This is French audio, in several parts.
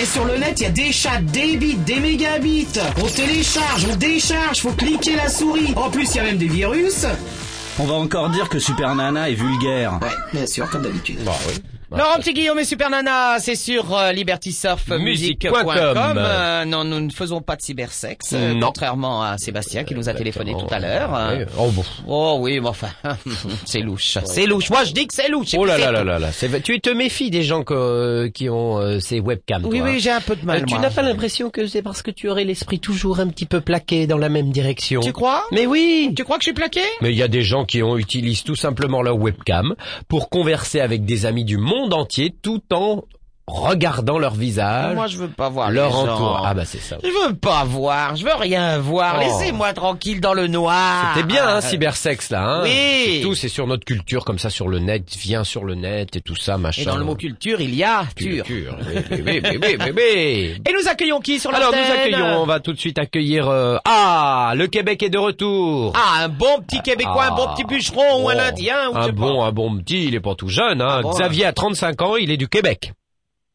Et sur le net, il y a des chats, des bits, des mégabits. On télécharge, on décharge, faut cliquer la souris. En plus, il y a même des virus. On va encore dire que Super Nana est vulgaire. Ouais, bien sûr, comme d'habitude. Bah oui. Laurent Petit Guillaume et Super Nana, c'est sur euh, libertysurfmusic.com. Musique.com. Euh, non, nous ne faisons pas de cybersex, euh, Non. contrairement à Sébastien qui nous a téléphoné tout à l'heure. Oui. hein. Oh, bon. Oh oui, mais enfin, c'est louche, c'est louche. Moi, je dis que c'est louche. et Oh puis là c'est là tout. là là là. c'est- Tu te méfies des gens que, euh, qui ont euh, ces webcams. Oui, toi, hein. oui, j'ai un peu de mal. Euh, tu moi. n'as pas l'impression que c'est parce que tu aurais l'esprit toujours un petit peu plaqué dans la même direction Tu crois Mais oui Oh. Tu crois que je suis plaqué Mais il y a des gens qui ont utilisent tout simplement leur webcam pour converser avec des amis du monde entier tout en regardant leur visage, Moi, je veux pas voir leur les gens. entourage. Ah bah c'est ça. Je veux pas voir, je veux rien voir. Oh. Laissez-moi tranquille dans le noir. Ah. C'était bien hein, cybersex là. Hein Oui. Tout c'est sur notre culture comme ça sur le net, viens sur le net et tout ça machin. Et dans le mot culture, il y a ture. culture. Oui, oui, oui, oui, oui, oui, oui. Et nous accueillons qui sur la Alors nous accueillons, on va tout de suite accueillir. euh, Ah, le Québec est de retour. Ah, un bon petit Québécois, un bon Ah. petit bûcheron ou un Bon. Indien ou je un sais bon, pas. un bon petit, il est pas tout jeune. Hein. Ah bon, Xavier a 35 ans, il est du Québec.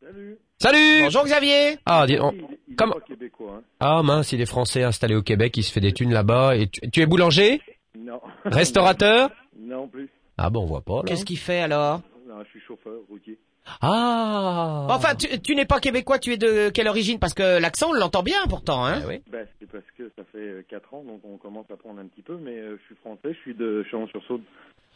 Salut. Salut. Bonjour Xavier. Ah, dis- on- Il, il est Comment- pas québécois. hein. ah mince, il est français installé au Québec, il se fait des thunes là-bas. Et tu, tu es boulanger, Non. restaurateur Non plus. Ah bon, on voit pas là. Qu'est-ce qu'il fait alors Non, je suis chauffeur routier. Ah. Enfin, tu, tu n'es pas québécois, tu es de quelle origine Parce que l'accent, on l'entend bien pourtant. Eh Hein Ben, c'est parce que ça fait 4 ans, donc on commence à prendre un petit peu, mais euh, je suis français, je suis de Chalon-sur-Saône.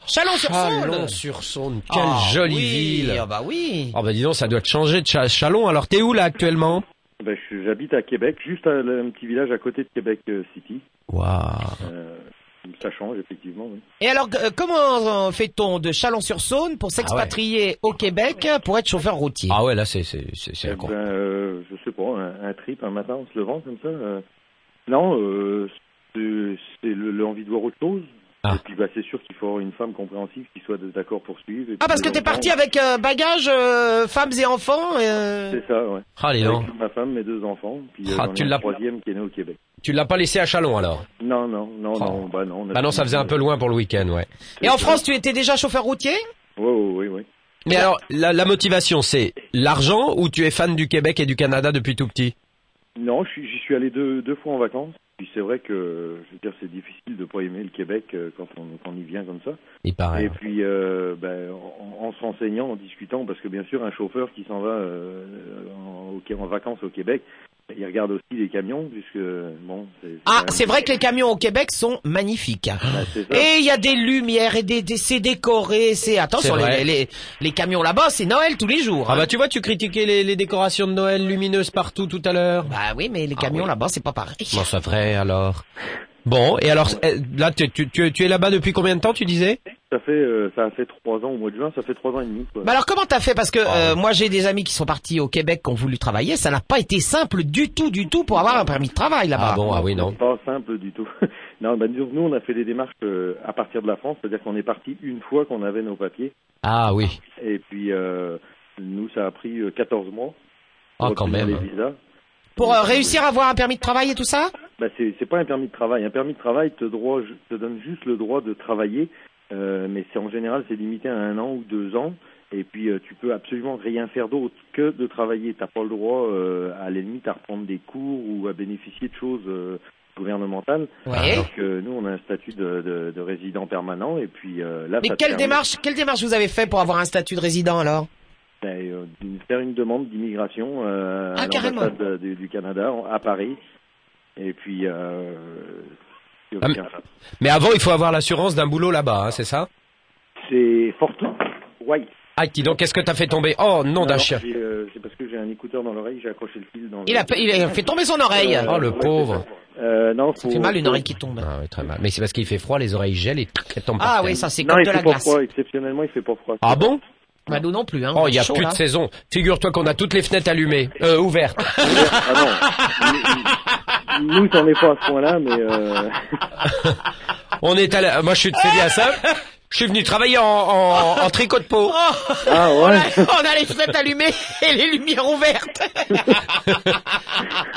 Chalon Chalon-sur-Saône. sur Saône, quelle Ah, jolie oui, ville. Ah bah oui. Ah bah dis donc, ça doit te changer de Cha- Chalon. Alors t'es où là actuellement Ben, je suis- j'habite à Québec, juste à l- un petit village à côté de Québec euh, City. Waouh. Ah. Euh, ça change, effectivement. oui. Et alors, euh, comment euh, fait-on de Chalon-sur-Saône pour s'expatrier au Québec pour être chauffeur routier Ah ouais, là c'est c'est c'est c'est Eh un con- ben, euh, je sais pas, un, un trip un matin en se levant comme ça. euh, non, euh, c'est c'est le- l'envie de voir autre chose. Ah. Et puis, bah, c'est sûr qu'il faut avoir une femme compréhensive qui soit d'accord pour suivre. et Ah, parce que puis, t'es euh, parti avec euh, bagages, euh, femmes et enfants. euh, C'est ça, ouais. Ah dis donc. Avec ma femme, mes deux enfants, puis euh, Ah, j'en ai tu un l'as- troisième qui est né au Québec. Tu l'as pas laissé à Chalon alors Non, non, non, Oh. non, bah non. on a- Bah non, ça faisait un peu loin pour le week-end, ouais. Et en France, tu étais déjà chauffeur routier Ouais, ouais, ouais, ouais. Mais alors, la, la motivation, c'est l'argent ou tu es fan du Québec et du Canada depuis tout petit Non, je suis- j'y suis allé deux, deux fois en vacances. Puis c'est vrai que, je veux dire, c'est difficile de pas aimer le Québec euh, quand on, quand on y vient comme ça. Il Et paraît. puis, euh, ben, en, en se renseignant, en discutant, parce que bien sûr, un chauffeur qui s'en va euh, en, au Qué- en vacances au Québec, il regarde aussi les camions, puisque, bon... c'est- c'est Ah, quand même- c'est vrai que les camions au Québec sont magnifiques. Bah, c'est ça. Et il y a des lumières et des, des- c'est décoré, c'est attention C'est vrai. les, les les camions là-bas, c'est Noël tous les jours. Ah hein. bah tu vois, tu critiquais les, les décorations de Noël lumineuses partout tout à l'heure. Bah oui, mais les Ah camions oui. là-bas, c'est pas pareil. Bon, c'est vrai alors. Bon, et alors, euh, là, tu, tu, tu, tu es là-bas depuis combien de temps, tu disais Ça fait, euh, ça a fait trois ans au mois de juin, ça fait trois ans et demi, quoi. Bah alors comment t'as fait Parce que Ah euh, moi j'ai des amis qui sont partis au Québec qui ont voulu travailler, ça n'a pas été simple du tout, du tout pour avoir un permis de travail là-bas. Ah bon, ah oui, non. Pas simple du tout. non, ben, disons que nous, on a fait des démarches euh, à partir de la France, c'est-à-dire qu'on est parti une fois qu'on avait nos papiers, Ah oui, et puis euh, nous, ça a pris euh, 14 mois. ah pour quand obtenir même. Les visas. Pour euh, réussir à avoir un permis de travail et tout ça Ben, c'est, c'est pas un permis de travail. Un permis de travail te, droit, te donne juste le droit de travailler, euh, mais c'est en général, c'est limité à un an ou deux ans. Et puis euh, tu peux absolument rien faire d'autre que de travailler. T'as pas le droit euh, à la limite à reprendre des cours ou à bénéficier de choses euh, gouvernementales. Ah Ouais. Alors que nous, on a un statut de, de, de résident permanent et puis euh, là, mais ça te quelle permet, démarche, quelle démarche vous avez fait pour avoir un statut de résident alors euh, de faire une demande d'immigration euh, Ah, à carrément. l'ambassade de- du, du Canada en- à Paris et puis. Euh, Ah, mais- Mais avant, il faut avoir l'assurance d'un boulot là-bas, hein, c'est ça c'est Fortin. Ouais. Ah, dis donc, qu'est-ce que t'as fait tomber Oh, nom d'un Alors, chien. j'ai, euh, c'est parce que j'ai un écouteur dans l'oreille, j'ai accroché le fil dans. le- Il a, il a fait tomber son oreille. Euh, Oh, le ouais, pauvre. c'est ça. Euh, non, Ça faut- fait mal une faut- oreille qui tombe. Ah oui, très mal. Mais c'est parce qu'il fait froid, les oreilles gèlent et elles tombent par Ah terre. oui, ça c'est Non, comme il de la fait pas glace. froid. Exceptionnellement, il fait pas froid. Ah bon Bah nous non plus hein. Oh, on est il y a chaud, plus là. de saison. Figure-toi qu'on a toutes les fenêtres allumées, euh, ouvertes. Ah non. Nous, nous, on est pas à ce point-là, mais. Euh... On est à la... Moi, je suis de Célia Simple. Je suis venu travailler en, en, en tricot de peau. Ah ouais Oh, On a les fenêtres allumées et les lumières ouvertes.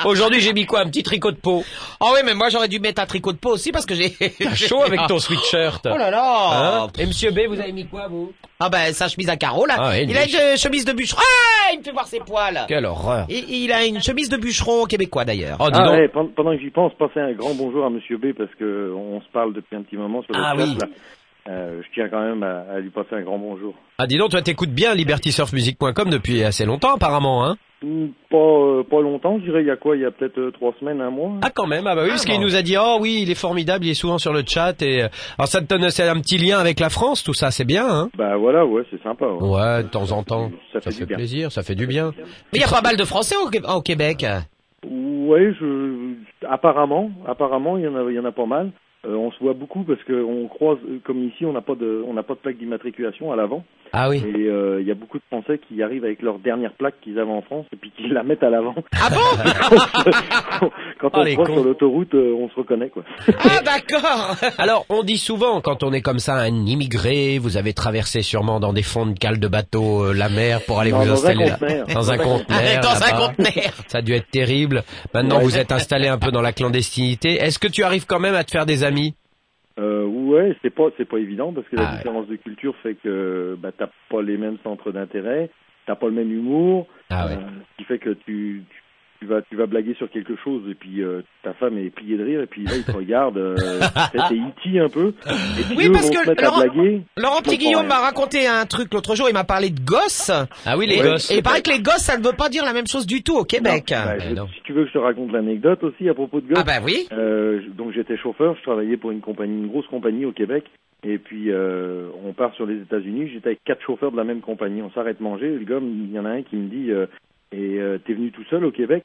Aujourd'hui, j'ai mis quoi Un petit tricot de peau. Ah oui, mais moi j'aurais dû mettre un tricot de peau aussi parce que j'ai. T'as chaud avec ton sweatshirt. Oh là là. Hein Et Monsieur B, vous avez mis quoi, vous Ah ben sa chemise à carreaux là. Ah, et une il a une chemise de bûcheron. Ah, il me fait voir ses poils. Quelle horreur. Il, il a une chemise de bûcheron québécois d'ailleurs. Oh, dis Ah donc. ouais, pen- pendant que j'y pense, passez un grand bonjour à Monsieur B parce que on se parle depuis un petit moment sur le Ah chat. oui. là. Euh, je tiens quand même à, à lui passer un grand bonjour. Ah, dis donc, toi, t'écoutes bien libertysurfmusic.com depuis assez longtemps, apparemment, hein Ah. Hmm, Pas, euh, pas longtemps, je dirais. Il y a quoi Il y a peut-être euh, trois semaines, un mois. Ah, quand même. Ah, bah oui, parce qu'il bon. nous a dit, oh oui, il est formidable, il est souvent sur le chat et, euh, alors ça te donne, c'est un petit lien avec la France, tout ça, c'est bien, hein Bah voilà, ouais, c'est sympa. ouais. Ouais, de temps en temps. Ça Ça fait du fait bien. plaisir, ça fait du bien. Mais il y a pas mal de Français au, Qué- au Québec. Ouais, je apparemment, apparemment, il y en a, il y en a pas mal. Euh, on se voit beaucoup parce que on croise, euh, comme ici, on n'a pas de, on n'a pas de plaque d'immatriculation à l'avant, Ah oui. et euh, il y a beaucoup de Français qui arrivent avec leur dernière plaque qu'ils avaient en France et puis qui la mettent à l'avant. Ah bon Quand Ah, on les se croise cons. sur l'autoroute, euh, on se reconnaît quoi. Ah d'accord. Alors, on dit souvent, quand on est comme ça, un immigré, vous avez traversé sûrement dans des fonds de cale de bateau euh, la mer pour aller Dans- vous dans un installer là- conteneur. dans un conteneur. Dans un là-bas. conteneur. Ça a dû être terrible. Maintenant, vous êtes installé un peu dans la clandestinité. Est-ce que tu arrives quand même à te faire des amis Euh, ouais, c'est pas, c'est pas évident parce que la Ah, différence de culture fait que bah t'as pas les mêmes centres d'intérêt, t'as pas le même humour, Ah ouais. Euh, ce qui fait que tu, tu vas tu vas blaguer sur quelque chose et puis euh, ta femme est pliée de rire et puis là il te regarde, euh, peut-être t'es iti un peu. Et puis Oui, eux parce vont que se mettre Laurent- à blaguer. Laurent comprends Petit Guillaume rien. m'a raconté un truc l'autre jour. Il m'a parlé de gosses. Ah oui, les et, gosses. Et il paraît que les gosses, ça ne veut pas dire la même chose du tout au Québec. Bah, ben je- non. si tu veux que je te raconte l'anecdote aussi à propos de gosses. Ah bah oui. Euh, je- donc j'étais chauffeur, je travaillais pour une compagnie, une grosse compagnie au Québec. Et puis euh, on part sur les États-Unis. J'étais avec quatre chauffeurs de la même compagnie. On s'arrête manger. Le gars, il y en a un qui me dit euh, "Et euh, t'es venu tout seul au Québec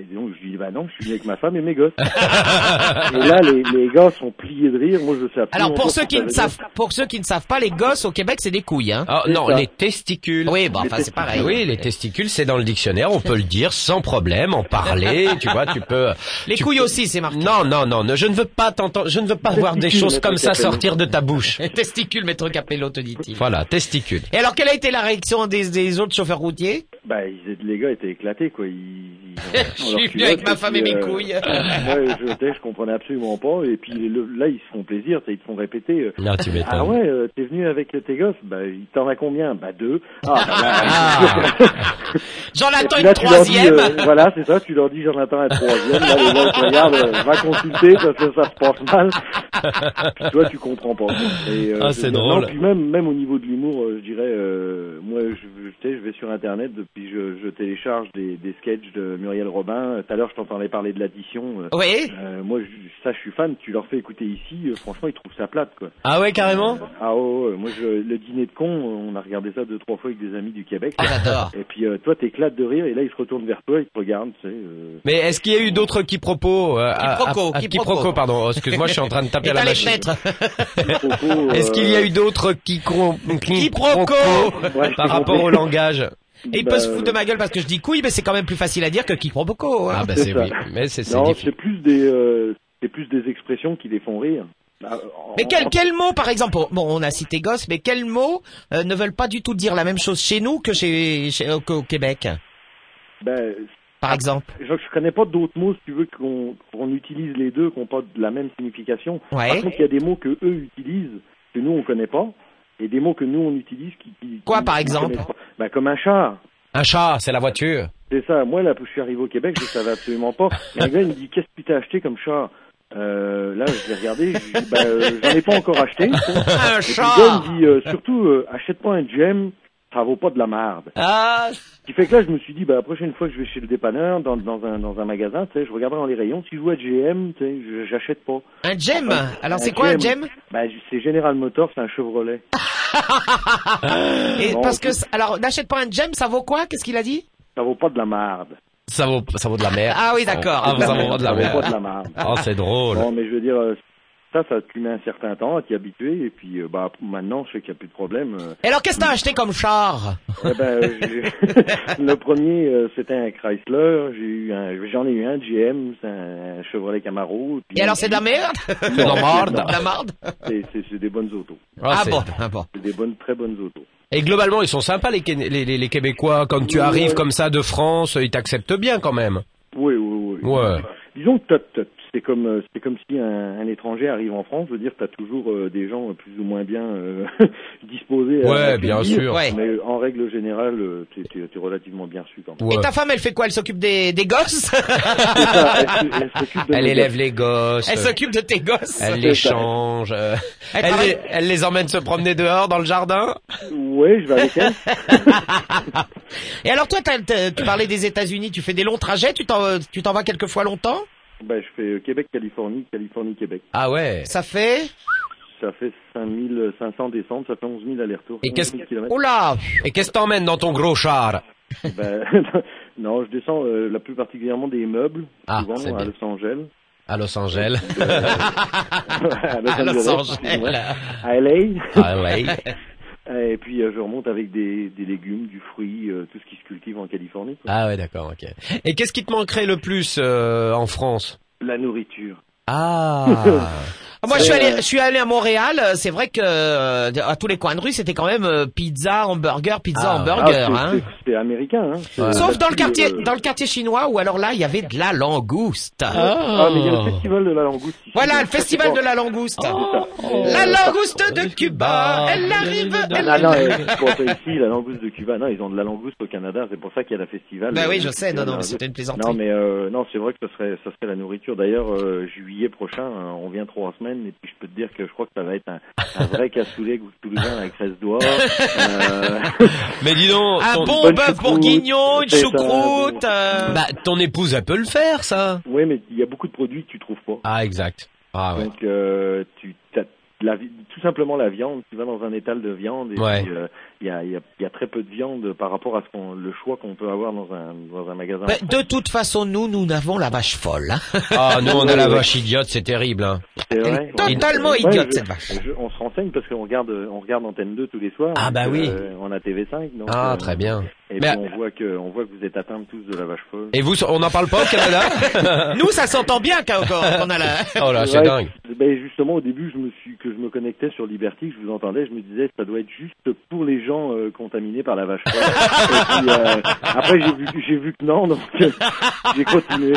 Et donc je lui dis "Bah non, je suis venu avec ma femme et mes gosses." et là, les, les gars sont pliés de rire. Moi, je sais. absolument Alors pas pour ce ceux que qui ça ne veut dire. savent, pour ceux qui ne savent pas, les gosses au Québec, c'est des couilles. Hein. Ah, c'est non, ça. les testicules. Oui, bon, Les enfin c'est pareil. Oui, les testicules, c'est dans le dictionnaire, on peut le dire sans problème, en parler, tu vois, tu peux... Les tu couilles peux- aussi, c'est marqué. Non, non, non, ne- je ne veux pas t'entendre, je ne veux pas voir des Bah, Testicule, choses comme ça Capello. sortir de ta bouche. Les testicules, maître Capello, te dit-il. Voilà, testicules. Et alors, quelle a été la réaction des, des autres chauffeurs routiers Bah, ils, étaient- les gars étaient éclatés, quoi. Ils, ils- Je on leur suis venu culotte, avec ma et femme puis, et mes euh, couilles. ouais, je, je comprenais absolument pas. Et puis le- là, ils se font plaisir, tu sais, ils te font répéter. euh, Non, tu m'étonnes. Ah ouais, euh, t'es venu avec tes gosses Bah, il t'en a combien Bah, deux. Ah, bah, là, Ah. J'en et attends puis une là, tu leur dis, troisième. euh, voilà, c'est ça, tu leur dis, j'en attends un troisième. Là, les gars, ils te regardent, euh, va consulter parce que ça se porte mal. Puis toi, tu comprends pas. Et, euh, Ah, je c'est veux dire, drôle. Non, puis même, même au niveau de l'humour, euh, je dirais, euh, moi, je, je, tu sais, je vais sur Internet, puis je, je télécharge des, des sketchs de Muriel Robin. Tout à l'heure, je t'entendais parler de l'addition. euh, Oui. euh, moi, je- ça, je suis fan. Tu leur fais écouter ici, euh, franchement, ils trouvent ça plate, quoi. Ah ouais, carrément Ah ouais, ouais, moi je, le dîner de con, on a regardé ça deux trois fois avec des amis du Québec. Ah, j'adore. Et puis euh, toi t'éclates de rire et là ils se retournent vers toi, ils te regardent, tu sais. euh. Mais est-ce qu'il y a eu d'autres quiproquos euh, à- Quiproquos, à- à- quiproquos. quiproquos, pardon. Oh, Excuse-moi, je suis en train de taper à Et la t'as les machine. fenêtres. Coco, euh, Est-ce qu'il y a eu d'autres quiproquos Quiproquos euh, ouais, je par t'ai rapport compris. au langage Et il Bah, peut se foutre de ma gueule parce que je dis couille, mais c'est quand même plus facile à dire que quiproquo. hein. Ah bah C'est c'est ça. oui, mais c'est c'est Non, difficile. c'est plus des euh, c'est plus des expressions qui les font rire. Bah, en- Mais quel, quel mot, par exemple, oh, bon, on a cité gosse, mais quels mots euh, ne veulent pas du tout dire la même chose chez nous que chez, chez- au, qu'au Québec, ben, par exemple je, je connais pas d'autres mots si tu veux qu'on qu'on utilise les deux, qu'on pas de la même signification. Par Ouais. contre, il y a des mots que eux utilisent que nous on connaît pas et des mots que nous on utilise qui, qui- Quoi, qui- par qui exemple connaissent pas. Bah, comme un char. Un chat, c'est la voiture. C'est ça. Moi, là, je suis arrivé au Québec, je savais absolument pas. Et un gars, il me dit, qu'est-ce que tu t'es acheté comme chat euh, là, je l'ai regardé, je lui dis, bah, euh, j'en ai pas encore acheté. Et puis, Un le gars il me dit, euh, surtout, euh, achète pas un gem, ça vaut pas de la merde. Ah, Ce qui fait que là, je me suis dit, bah, la prochaine fois que je vais chez le dépanneur, dans, dans un, dans un magasin, tu sais, je regarderai dans les rayons, si je vois GM, tu sais, je- j'achète pas. un gem Alors Un c'est quoi un gem gem. Bah, c'est General Motors, c'est un Chevrolet. Et Bon, parce que, alors, n'achète pas un gem, ça vaut quoi Qu'est-ce qu'il a dit Ça vaut pas de la merde. Ça vaut ça vaut de la merde. Ah oui, d'accord. Ah, vous en Ça avez vaut de la pas merde. de la merde. Oh, c'est drôle. Bon, mais je veux dire, euh, Ça, ça tu mets un certain temps à t'y habituer et puis euh, bah maintenant je sais qu'il n'y a plus de problème. euh, Et alors, qu'est-ce que t'as acheté comme char eh ben, je- le premier, euh, c'était un Chrysler. J'ai eu un, j'en ai eu un GM, c'est un Chevrolet Camaro. puis Et alors, c'est de la merde De la merde. De la merde c'est, c'est- c'est des bonnes autos. Ah Oh, c'est- bon, ah bon. C'est des bonnes, très bonnes autos. Et globalement, ils sont sympas les, Qué- les, les- les Québécois. Quand tu Ouais. arrives comme ça de France, ils t'acceptent bien quand même. Oui, oui, oui. Ouais. Disons que t'as- t'as- c'est comme, euh, c'est comme si un, un étranger arrive en France. Je veux dire, t'as toujours euh, des gens euh, plus ou moins bien euh, disposés. à- à Ouais, bien t'accueillir. sûr. Ouais. Mais en règle générale, euh, t'es, t'es- t'es relativement bien su quand même. Ouais. Et ta femme, elle fait quoi Elle s'occupe des, des gosses C'est ça, elle, s- elle s'occupe de Elle mes élève les gosses. euh, Elle s'occupe de tes gosses Elle C'est les ça. change. euh, Elle Elle, travaille- les, elle les emmène se promener dehors dans le jardin. gosses. Ouais, je vais avec elle. Et alors, toi, t'as- t'as- tu parlais des États-Unis, tu fais des longs trajets, tu t'en tu t'en vas quelquefois longtemps Ben, je fais euh, Québec, Californie, Californie, Québec. Ah ouais. Ça fait Ça fait 5500 descentes, ça fait 11 000 allers-retours. Et qu'est-ce- 11 000 kilomètres. Oh là Et qu'est-ce que t'emmènes dans ton gros char Ben, non, je descends euh, la plus particulièrement des meubles, Ah, souvent c'est à bien. Los Angeles. À Los Angeles. à Los, Ah, À Los ouais, Angeles à LA. Ah ouais. Et puis euh, je remonte avec des, des légumes, du fruit, euh, tout ce qui se cultive en Californie. quoi. Ah ouais, d'accord, ok. Et qu'est-ce qui te manquerait le plus euh, en France La nourriture. Ah. Ah, Moi, je suis, Euh, allé, je suis allé à Montréal. euh, C'est vrai que euh, à tous les coins de rue, c'était quand même euh, pizza, hamburger, pizza, Ah, hamburger. Ah, c'est- hein. c'est- c'est américain. Hein. C'est- Sauf dans le là-dessus, quartier, euh, dans le quartier chinois où alors là, il y avait de la langouste. Ah, mais il y a le festival de la langouste. ici. Oh. Voilà, le Ça, c'est festival bon. de la langouste. C'est ça. Et, La euh, langouste de Cuba, elle arrive. Ah Elle... non, non, euh, je pense pas ici, la langouste de Cuba. Non, ils ont de la langouste au Canada, c'est pour ça qu'il y a la festival. Bah Euh, oui, je sais. Non, non, la mais langouste. c'était une plaisanterie. Non, mais euh, non, c'est vrai que ce serait, ça serait la nourriture. D'ailleurs, euh, juillet prochain, hein, on vient trois semaines, et puis je peux te dire que je crois que ça va être un, un vrai cassoulet toulousain avec reste d'oie. Euh, Mais dis donc, Un ton, bon bonne bœuf choucroute, bourguignon, une c'est ça, choucroute. bon. euh, bah, ton épouse, elle peut le faire, ça. oui, mais il y a beaucoup de produits que tu trouves pas. Ah, exact. Ah ouais. Donc, euh, tu t'as la vi- tout simplement la viande. Tu vas dans un étal de viande et puis, Ouais. euh, il y, a, il y a- il y a très peu de viande par rapport à ce qu'on, le choix qu'on peut avoir dans un dans un magasin. bah, de toute façon, nous, nous n'avons la vache folle. hein. Ah, nous, on a la vache idiote, c'est terrible. Hein. C'est Elle vrai. est totalement Ouais, idiote je- cette vache. je- on se renseigne parce qu'on regarde on regarde Antenne 2 tous les soirs. Ah, Donc, bah oui. euh, on a TV5. Donc, Ah, euh, très bien. Et Mais- puis on voit que on voit que vous êtes atteints tous de la vache folle. Et vous, on n'en parle pas au Canada Nous, ça s'entend bien quand quand on a la. Oh là, c'est vrai dingue. que- Ben justement, au début, je me suis que je me connectais sur Liberty, je vous entendais, je me disais ça doit être juste pour les gens euh, contaminés par la vache folle. Et puis, euh, après, j'ai vu, j'ai vu que non, donc euh, j'ai continué.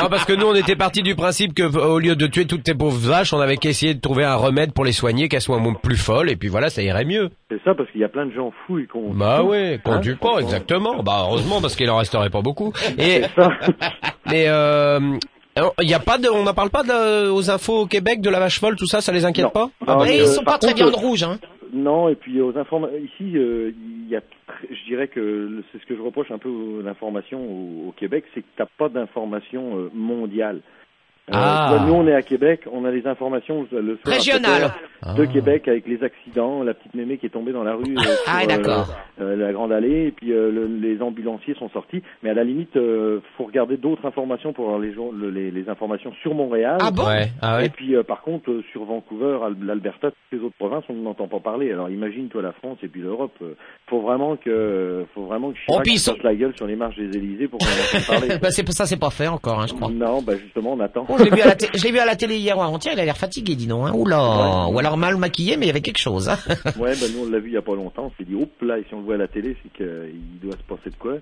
Non, parce que nous, on était parti du principe que, euh, au lieu de tuer toutes tes pauvres vaches, on avait qu'essayé de trouver un remède pour les soigner, qu'elles soient moins- plus folles, et puis voilà, ça irait mieux. C'est ça parce qu'il y a plein de gens fous et qu'on. Bah ouais, qu'on Hein, tue pas, franchement. exactement. Bah heureusement, parce qu'il en resterait pas beaucoup. Et, Ça, mais euh, il y a pas de, on n'en parle pas de- aux infos au Québec de la vache folle, tout ça, ça les inquiète Non. pas Ah, Et mais, ils euh, sont pas par très contre, bien de rouge, hein. Non, et puis aux informa- ici, euh, il y a, tr- je dirais que le- c'est ce que je reproche un peu aux- l'information au, au Québec, c'est que t'as pas d'information euh, mondiale. Euh, Ah. tu vois, nous, on est à Québec, on a les informations euh, le soir à Régionales. 7 heures de Québec avec les accidents, la petite mémé qui est tombée dans la rue, euh, Ah, sur, d'accord. euh, euh, la grande allée, et puis euh, le- les ambulanciers sont sortis. Mais à la limite, euh, faut regarder d'autres informations pour avoir les, jour- le- les, les informations sur Montréal. Ah bon Ouais, ah Et ouais. puis, euh, par contre, euh, sur Vancouver, Al- l'Alberta, toutes les autres provinces, on n'entend pas parler. Alors, imagine-toi la France et puis l'Europe. euh, faut vraiment que, faut vraiment que Oh, Chirac puis ils se sont- fasse la gueule sur les marches des Élysées pour qu'on entende parler. Bah, c'est ça, c'est pas fait encore, hein, je crois. non, bah justement, on attend. Bon, je l'ai vu, à la té- je l'ai vu à la télé hier ou avant-hier, il a l'air fatigué, dis donc. Hein. Oula, Ouais. ou alors mal maquillé, mais il y avait quelque chose. Hein. ouais, bah nous, on l'a vu il y a pas longtemps. On s'est dit, oups, là, et si on le voit à la télé, c'est qu'il doit se passer de quoi.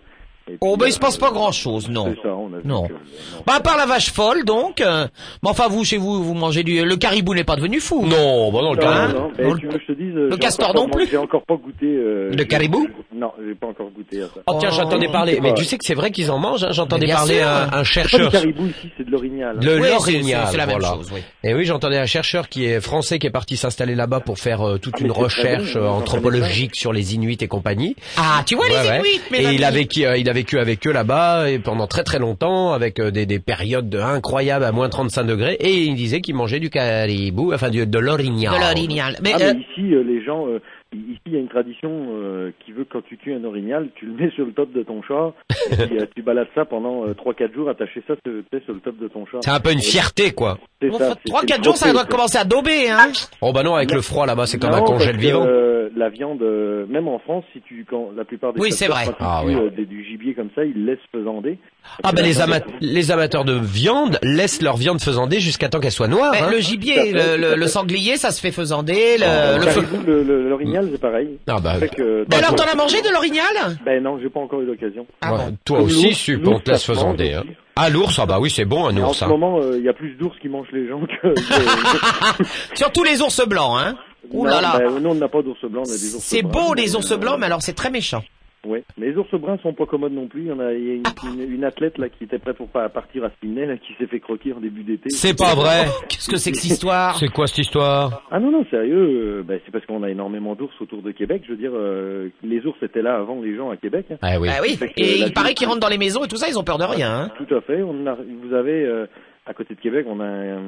Et Oh, puis, ben il se euh, passe pas grand-chose, non. C'est ça, on a vu Non. que, euh, non. Bah, à part la vache folle, donc. euh, mais enfin, vous, chez vous, vous mangez du... Le caribou n'est pas devenu fou. Non, bah non, le Non, cas. Hein Ah, non, non, mais Dans le- tu veux que je te dise, euh, j'ai castor encore non pas- plus J'ai encore pas goûté. euh, Le j'ai- caribou Non, j'ai pas encore goûté à ça. Oh tiens, Oh. j'entendais parler. C'est Mais pas- tu sais que c'est vrai qu'ils en mangent. hein, J'entendais Mais bien parler sûr. à un, un C'est pas du chercheur. caribou ici, c'est de l'orignal. hein. Le Oui, c'est- l'orignal, c'est- c'est la même voilà. chose, oui. Et oui, j'entendais un chercheur qui est français qui est parti s'installer là-bas pour faire euh, toute Ah, mais une c'est très recherche bien, euh, j'en anthropologique sur les Inuits et compagnie. Ah, tu vois Ouais, les ouais. Inuits, mais... Et il a vécu, euh, il a vécu avec eux là-bas et pendant très très longtemps avec euh, des, des périodes de- incroyables à moins 35 degrés et il disait qu'il mangeait du caribou, enfin du, de l'orignal. De l'orignal. Mais, Ah, euh, mais ici, euh, les gens, euh, Ici, il y a une tradition euh, qui veut que quand tu tues un orignal, tu le mets sur le top de ton chat et puis, euh, tu balades ça pendant euh, 3-4 jours, attaché ça tu sais, sur le top de ton chat. C'est un peu une fierté, quoi. C'est Bon, ça, faut- c'est- trois, c'est quatre une jours, ça doit protéine. commencer à dober, hein. Oh bah non, avec le froid là-bas, c'est comme un Non, congèle parce que, vivant. euh, la viande, euh, même en France, si tu, quand la plupart des Oui, chasseurs, c'est vrai. quand ils Ah, tuent, oui. euh, des- du gibier comme ça, ils laissent faisander. Ah bah Parce que les, la- ama- les amateurs de viande laissent leur viande faisandée jusqu'à temps qu'elle soit noire. Ben, le hein. Ah, Tout à gibier, fait, Ah, le, tout le- à le fait. sanglier, ça se fait faisander, le, le Par feu- exemple, le- le- l'orignal, c'est pareil. euh, Ah bah, C'est vrai que- euh, Mais alors, t'en as mangé de l'orignal Ben non, j'ai pas encore eu l'occasion. Ah ouais, bon. toi Comme aussi, l'ours, sup, l'ours, on te laisse ça se mange faisander. hein. aussi. Ah l'ours, ah bah oui, c'est bon un Mais En ours. ce hein. moment, euh, il y a plus d'ours qui mangent les gens que. que- Surtout les ours blancs, hein. que- Ouh là Non, là. ben, nous, on n'a pas d'ours blancs, on a des ours C'est bruns. beau les ours Euh, blancs, mais alors c'est très méchant. Ouais. Mais les ours bruns sont pas commodes non plus. Il y en a, il y a Ah. une, une- une athlète là qui était prête pour pas partir à Sydney, là, qui s'est fait croquer en début d'été. C'est pas vrai. Oh, Qu'est-ce que c'est que cette histoire C'est quoi cette histoire Ah non non sérieux, euh, ben, c'est parce qu'on a énormément d'ours autour de Québec. Je veux dire, euh, les ours étaient là avant les gens à Québec. hein. Ah oui. Bah oui, C'est que et la il paraît vie- qu'ils rentrent dans les maisons et tout ça, ils ont peur de rien. Hein. Tout à fait. On a- vous avez euh, à côté de Québec, on a un,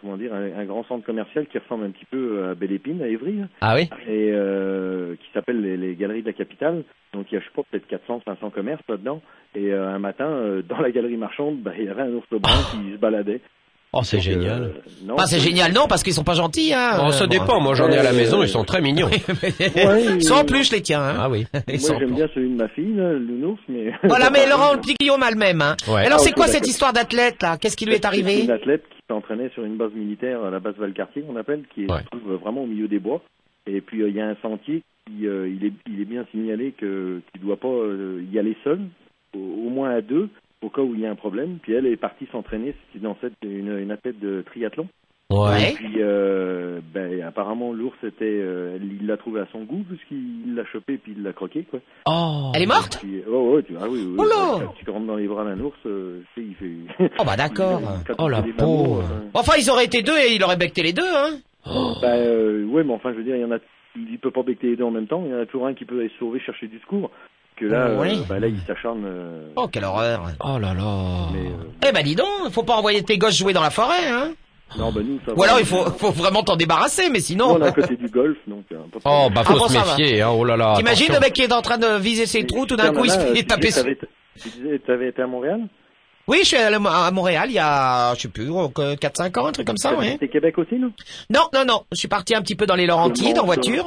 comment dire un, un grand centre commercial qui ressemble un petit peu euh, à Belle Épine, à Évry. hein. Ah oui. et euh, qui s'appelle les, les Galeries de la Capitale. Donc il y a, je sais pas, peut-être 400, 500 commerces là-dedans. Et euh, un matin, euh, dans la galerie marchande, bah, il y avait un ours brun qui se baladait. Oh c'est génial. Euh, Ah, non. Enfin, c'est génial, non, parce qu'ils sont pas gentils. Hein. Oh, ça Euh, dépend. Moi j'en ai à la Euh, maison, euh, ils sont très mignons. Ouais, Sans euh, plus, je les tiens. Hein. Ah oui. Ils Moi, sont- j'aime bien celui de ma fille, là, le nounours, mais... Voilà, mais Laurent, le petit Guillaume a le même. Hein. Ouais. Alors, Ah, c'est ok, quoi cette d'accord. histoire d'athlète, là Qu'est-ce qui lui est C'est arrivé une athlète qui s'entraînait sur une base militaire, euh, la base Valcartier qu'on appelle, qui est- Ouais. se trouve vraiment au milieu des bois. Et puis euh, il y a un sentier qui euh, il, est, il est bien signalé que tu dois pas euh, y aller seul, au, au moins à deux, au cas où il y a un problème. Puis elle est partie s'entraîner c'est dans cette une, une athlète de triathlon. Ouais. Et puis euh, ben, apparemment l'ours était euh, il l'a trouvé à son goût puisqu'il l'a chopé puis il l'a croqué quoi. Oh. Elle est morte Oh Puis, oh, ouais, tu, ah oui, oui, oui. Oula Quand tu rentres dans les bras d'un ours, euh, tu sais, il fait. Oh, bah d'accord. Quand Oh, il la fait des mamours, pauvre. euh, Enfin, ils auraient été deux et il aurait becté les deux. Hein. Bah euh, ouais, mais enfin, je veux dire, il y en a, il peut pas becter les deux en même temps. Il y en a toujours un qui peut aller se sauver, chercher du secours. Que là, euh, Oui. bah là, il s'acharne. euh, Oh, quelle horreur. Oh là là. mais, euh, Eh ben, dis donc, faut pas envoyer tes gosses jouer dans la forêt. Hein. non, bah nous, ça. Ou va. alors, il faut, faut vraiment t'en débarrasser, mais Nous, sinon... on est à côté du golf, donc. euh, pas de Oh problème. bah faut Ah, bon, se ça va. méfier. Hein. Oh là là. T'imagines le attention. mec qui est en train de viser ses Et trous, tout Super d'un coup, il se Nana, euh, fait tu taper disais, sur... t'avais- Tu disais, t'avais été à Montréal Oui, je suis allé à Montréal il y a, je sais plus, euh, 4-5 ans, un truc comme ça, oui. C'était Québec aussi, non Non, non, non, je suis parti un petit peu dans les Laurentides en voiture.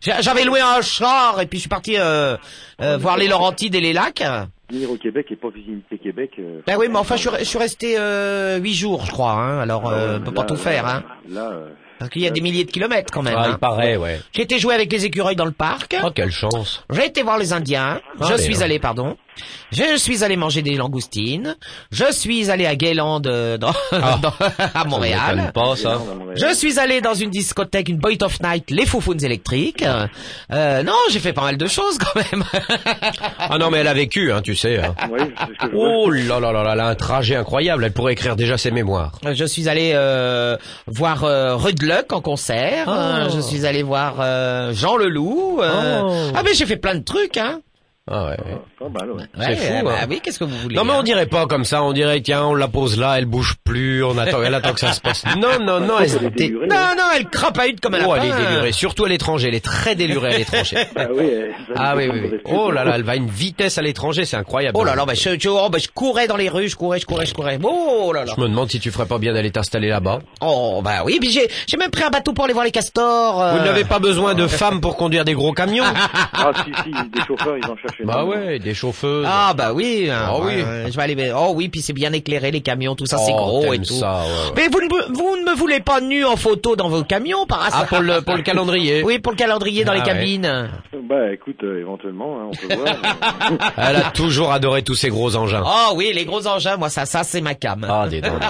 J'a- J'avais loué un char et puis je suis parti euh, Ah, euh, voir les Laurentides et les lacs. Venir au Québec et pas visiter Québec. euh, Ben oui, mais enfin, je suis, re- je suis resté euh, 8 jours, je crois, hein. alors euh, on peut pas Oh, Ah là, tout faire, là, hein. Là, euh, parce qu'il y a des milliers de kilomètres quand même. Ah, hein. il paraît, ouais. J'ai été jouer avec les écureuils dans le parc, Oh, quelle chance. j'ai été voir les Indiens, Ah, je mais suis non. allé, pardon, je suis allé manger des langoustines, je suis allé à Guéland euh, dans, dans- à Ça Montréal. m'étonne pas, ça. non, non, mais- Je suis allé dans une discothèque, une Boy of Night, les Foufounes électriques. Euh, euh, non, j'ai fait pas mal de choses quand même. Ah non, mais elle a vécu, hein, tu sais. hein. Ouais, je sais ce que je vois. Oh là là là là, elle a un trajet incroyable. Elle pourrait écrire déjà ses mémoires. Je suis allé euh, voir euh, Rudluck en concert. Euh, je suis allé voir euh, Jean Leloup. Euh, Oh. Ah mais j'ai fait plein de trucs. Hein. Ah ouais. ouais. Ah, bah, alors, ouais. C'est fou, euh, bah hein. oui, qu'est-ce que vous voulez Non mais on hein. dirait pas comme ça, on dirait tiens on la pose là, elle bouge plus, on attend, elle attend que ça se passe. Non non non, elle, se Elle est dé- délurée, hein. Non, non, elle crapahute comme un Oh, elle lapin. est délurée, surtout à l'étranger, elle est très délurée à l'étranger. Bah oui, elle- Ah oui, oui, oui. Oh là là, Ouais, elle va à une vitesse à l'étranger, c'est incroyable. Oh là là, bah, je, je- oh, bah, je courais dans les rues, je courais, je courais, je courais. Oh là là. Je me demande si tu ferais pas bien d'aller t'installer là-bas. Oh bah oui, puis j'ai j'ai même pris un bateau pour aller voir les castors. euh. Vous n'avez pas besoin de femmes pour conduire des gros camions. Ah si, si, des chauffeurs, ils en cherchent bah énormément. ouais, des chauffeuses. Ah bah oui. hein, Ah oui. ouais, je vais aller. Oh oui, puis c'est bien éclairé les camions, tout ça, c'est Oh, gros et t'aimes tout. ça, ouais, Mais ouais. vous ne, me- vous ne me voulez pas nu en photo dans vos camions par hasard Ah pour le pour le calendrier. Oui, pour le calendrier dans Ah les ouais. cabines. Bah écoute, euh, éventuellement, hein, on peut voir. Elle a toujours adoré tous ces gros engins. Oh oui, les gros engins, moi ça, ça c'est ma cam. Ah des dents.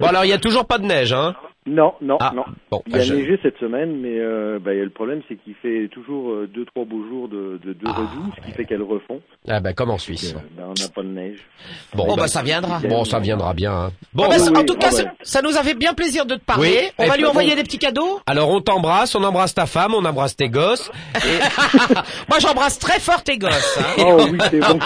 Bon alors il y a toujours pas de neige hein. Non, non, Ah, non. bon, il a je- neigé cette semaine, mais euh, bah, le problème, c'est qu'il fait toujours euh, deux, trois beaux jours de, de, de redoux, ce qui fait qu'elle refond. Ah bah comme en Suisse. Euh, bah, on n'a pas de neige. Bon, Oh, bah, ça viendra. Bon, ça viendra bien. hein. Bon, Ah bah, oui, en oui, tout cas, ah ça- ouais. ça nous a fait bien plaisir de te parler. Oui, on et va lui puis- envoyer des petits cadeaux. alors on t'embrasse, on embrasse ta femme, on embrasse tes gosses. Moi j'embrasse très fort tes gosses. hein. Oh oui, c'est bon.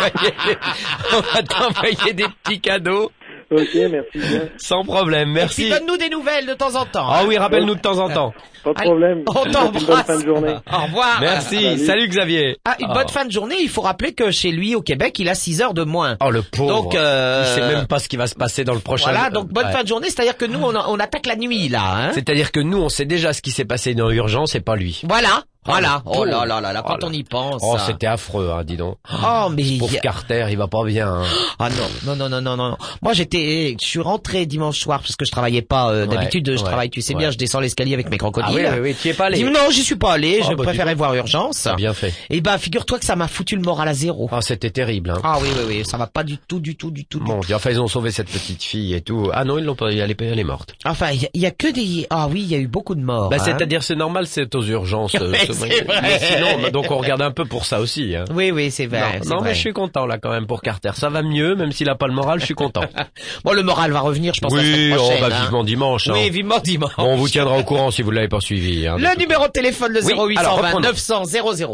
on va t'envoyer des petits cadeaux. Ok, merci bien. Sans problème, Et puis merci. donne-nous des nouvelles de temps en temps. Ah oui, rappelle-nous de temps en temps. Pas de Allez, problème. on Je vous souhaite Une bonne t'embrasse. fin de journée. Au revoir. Ah. Merci, Salut. salut Xavier. Ah, une bonne fin de journée. Il faut rappeler que chez lui, au Québec, il a 6 heures de moins. Oh le pauvre. Donc, euh, il sait même pas ce qui va se passer dans le prochain. Voilà, donc bonne Ouais. fin de journée. C'est-à-dire que nous, on, on attaque la nuit, là. Hein C'est-à-dire que nous, on sait déjà ce qui s'est passé dans l'urgence et pas lui. voilà, voilà. le Oh là Ah, pauvre. là là là, quand Oh là. on y pense. Oh, ça. c'était affreux, hein, dis donc. Oh, mais il y Pauvre a- Carter, il va pas bien. hein. ah non, non non non non non. Moi j'étais, je suis rentré dimanche soir parce que je travaillais pas. euh, Ouais, D'habitude je ouais, travaille, tu sais ouais. bien, je descends l'escalier avec mes Ah crocodiles. oui, oui, oui, tu y es pas allé. Dis, non, j'y suis pas allé. Ah, je bah, dis préférais voir urgence. T'as Ah, bien fait. Et ben figure-toi que ça m'a foutu le moral à zéro. Ah, c'était terrible. Hein. Ah oui oui oui, ça va pas du tout du tout du tout. du Bon, Dieu, enfin, ils ont sauvé cette petite fille et tout. Ah non, ils l'ont pas. Elle est, elle est morte. Enfin, il y, a- il y a que des... Ah oui, il y a eu beaucoup de morts. Bah, hein. c'est-à-dire, c'est normal, c'est aux urgences. euh, Ouais, ce- c'est vrai. Mais sinon, bah, donc on regarde un peu pour ça aussi. Hein. Oui, oui, c'est vrai. non, c'est non, vrai. mais je suis content là quand même pour Carter. Ça va mieux, même s'il a pas le moral, je suis content. Bon, le moral va revenir, je pense, la oui, semaine on prochaine. va hein. vivement dimanche. hein. Oui, vivement dimanche. Bon, on vous tiendra au courant si vous l'avez pas suivi. Hein, de Le toute numéro de téléphone, le Oui, alors, 0820 reprenons. 900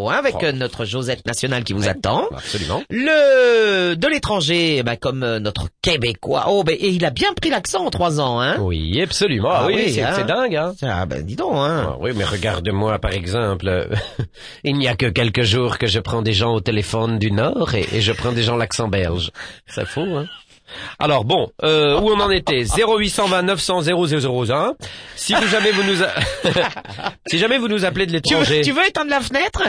001 avec Oh. euh, notre Josette nationale qui vous attend. façon. Absolument. Le de l'étranger, eh ben, comme euh, notre Québécois. Oh, ben, et il a bien pris l'accent en trois ans, hein Oui, absolument. Ah Ah oui, oui, c'est hein. c'est dingue. Hein. Ah, ben, dis donc, hein Ah oui, mais regarde-moi par exemple. Il n'y a que quelques jours que je prends des gens au téléphone du Nord et, et je prends des gens l'accent belge. C'est fou, hein alors bon, euh, où on en était 0820 900 0001. Si vous jamais vous nous, a- si jamais vous nous appelez de Tu veux, l'étranger, tu veux éteindre la fenêtre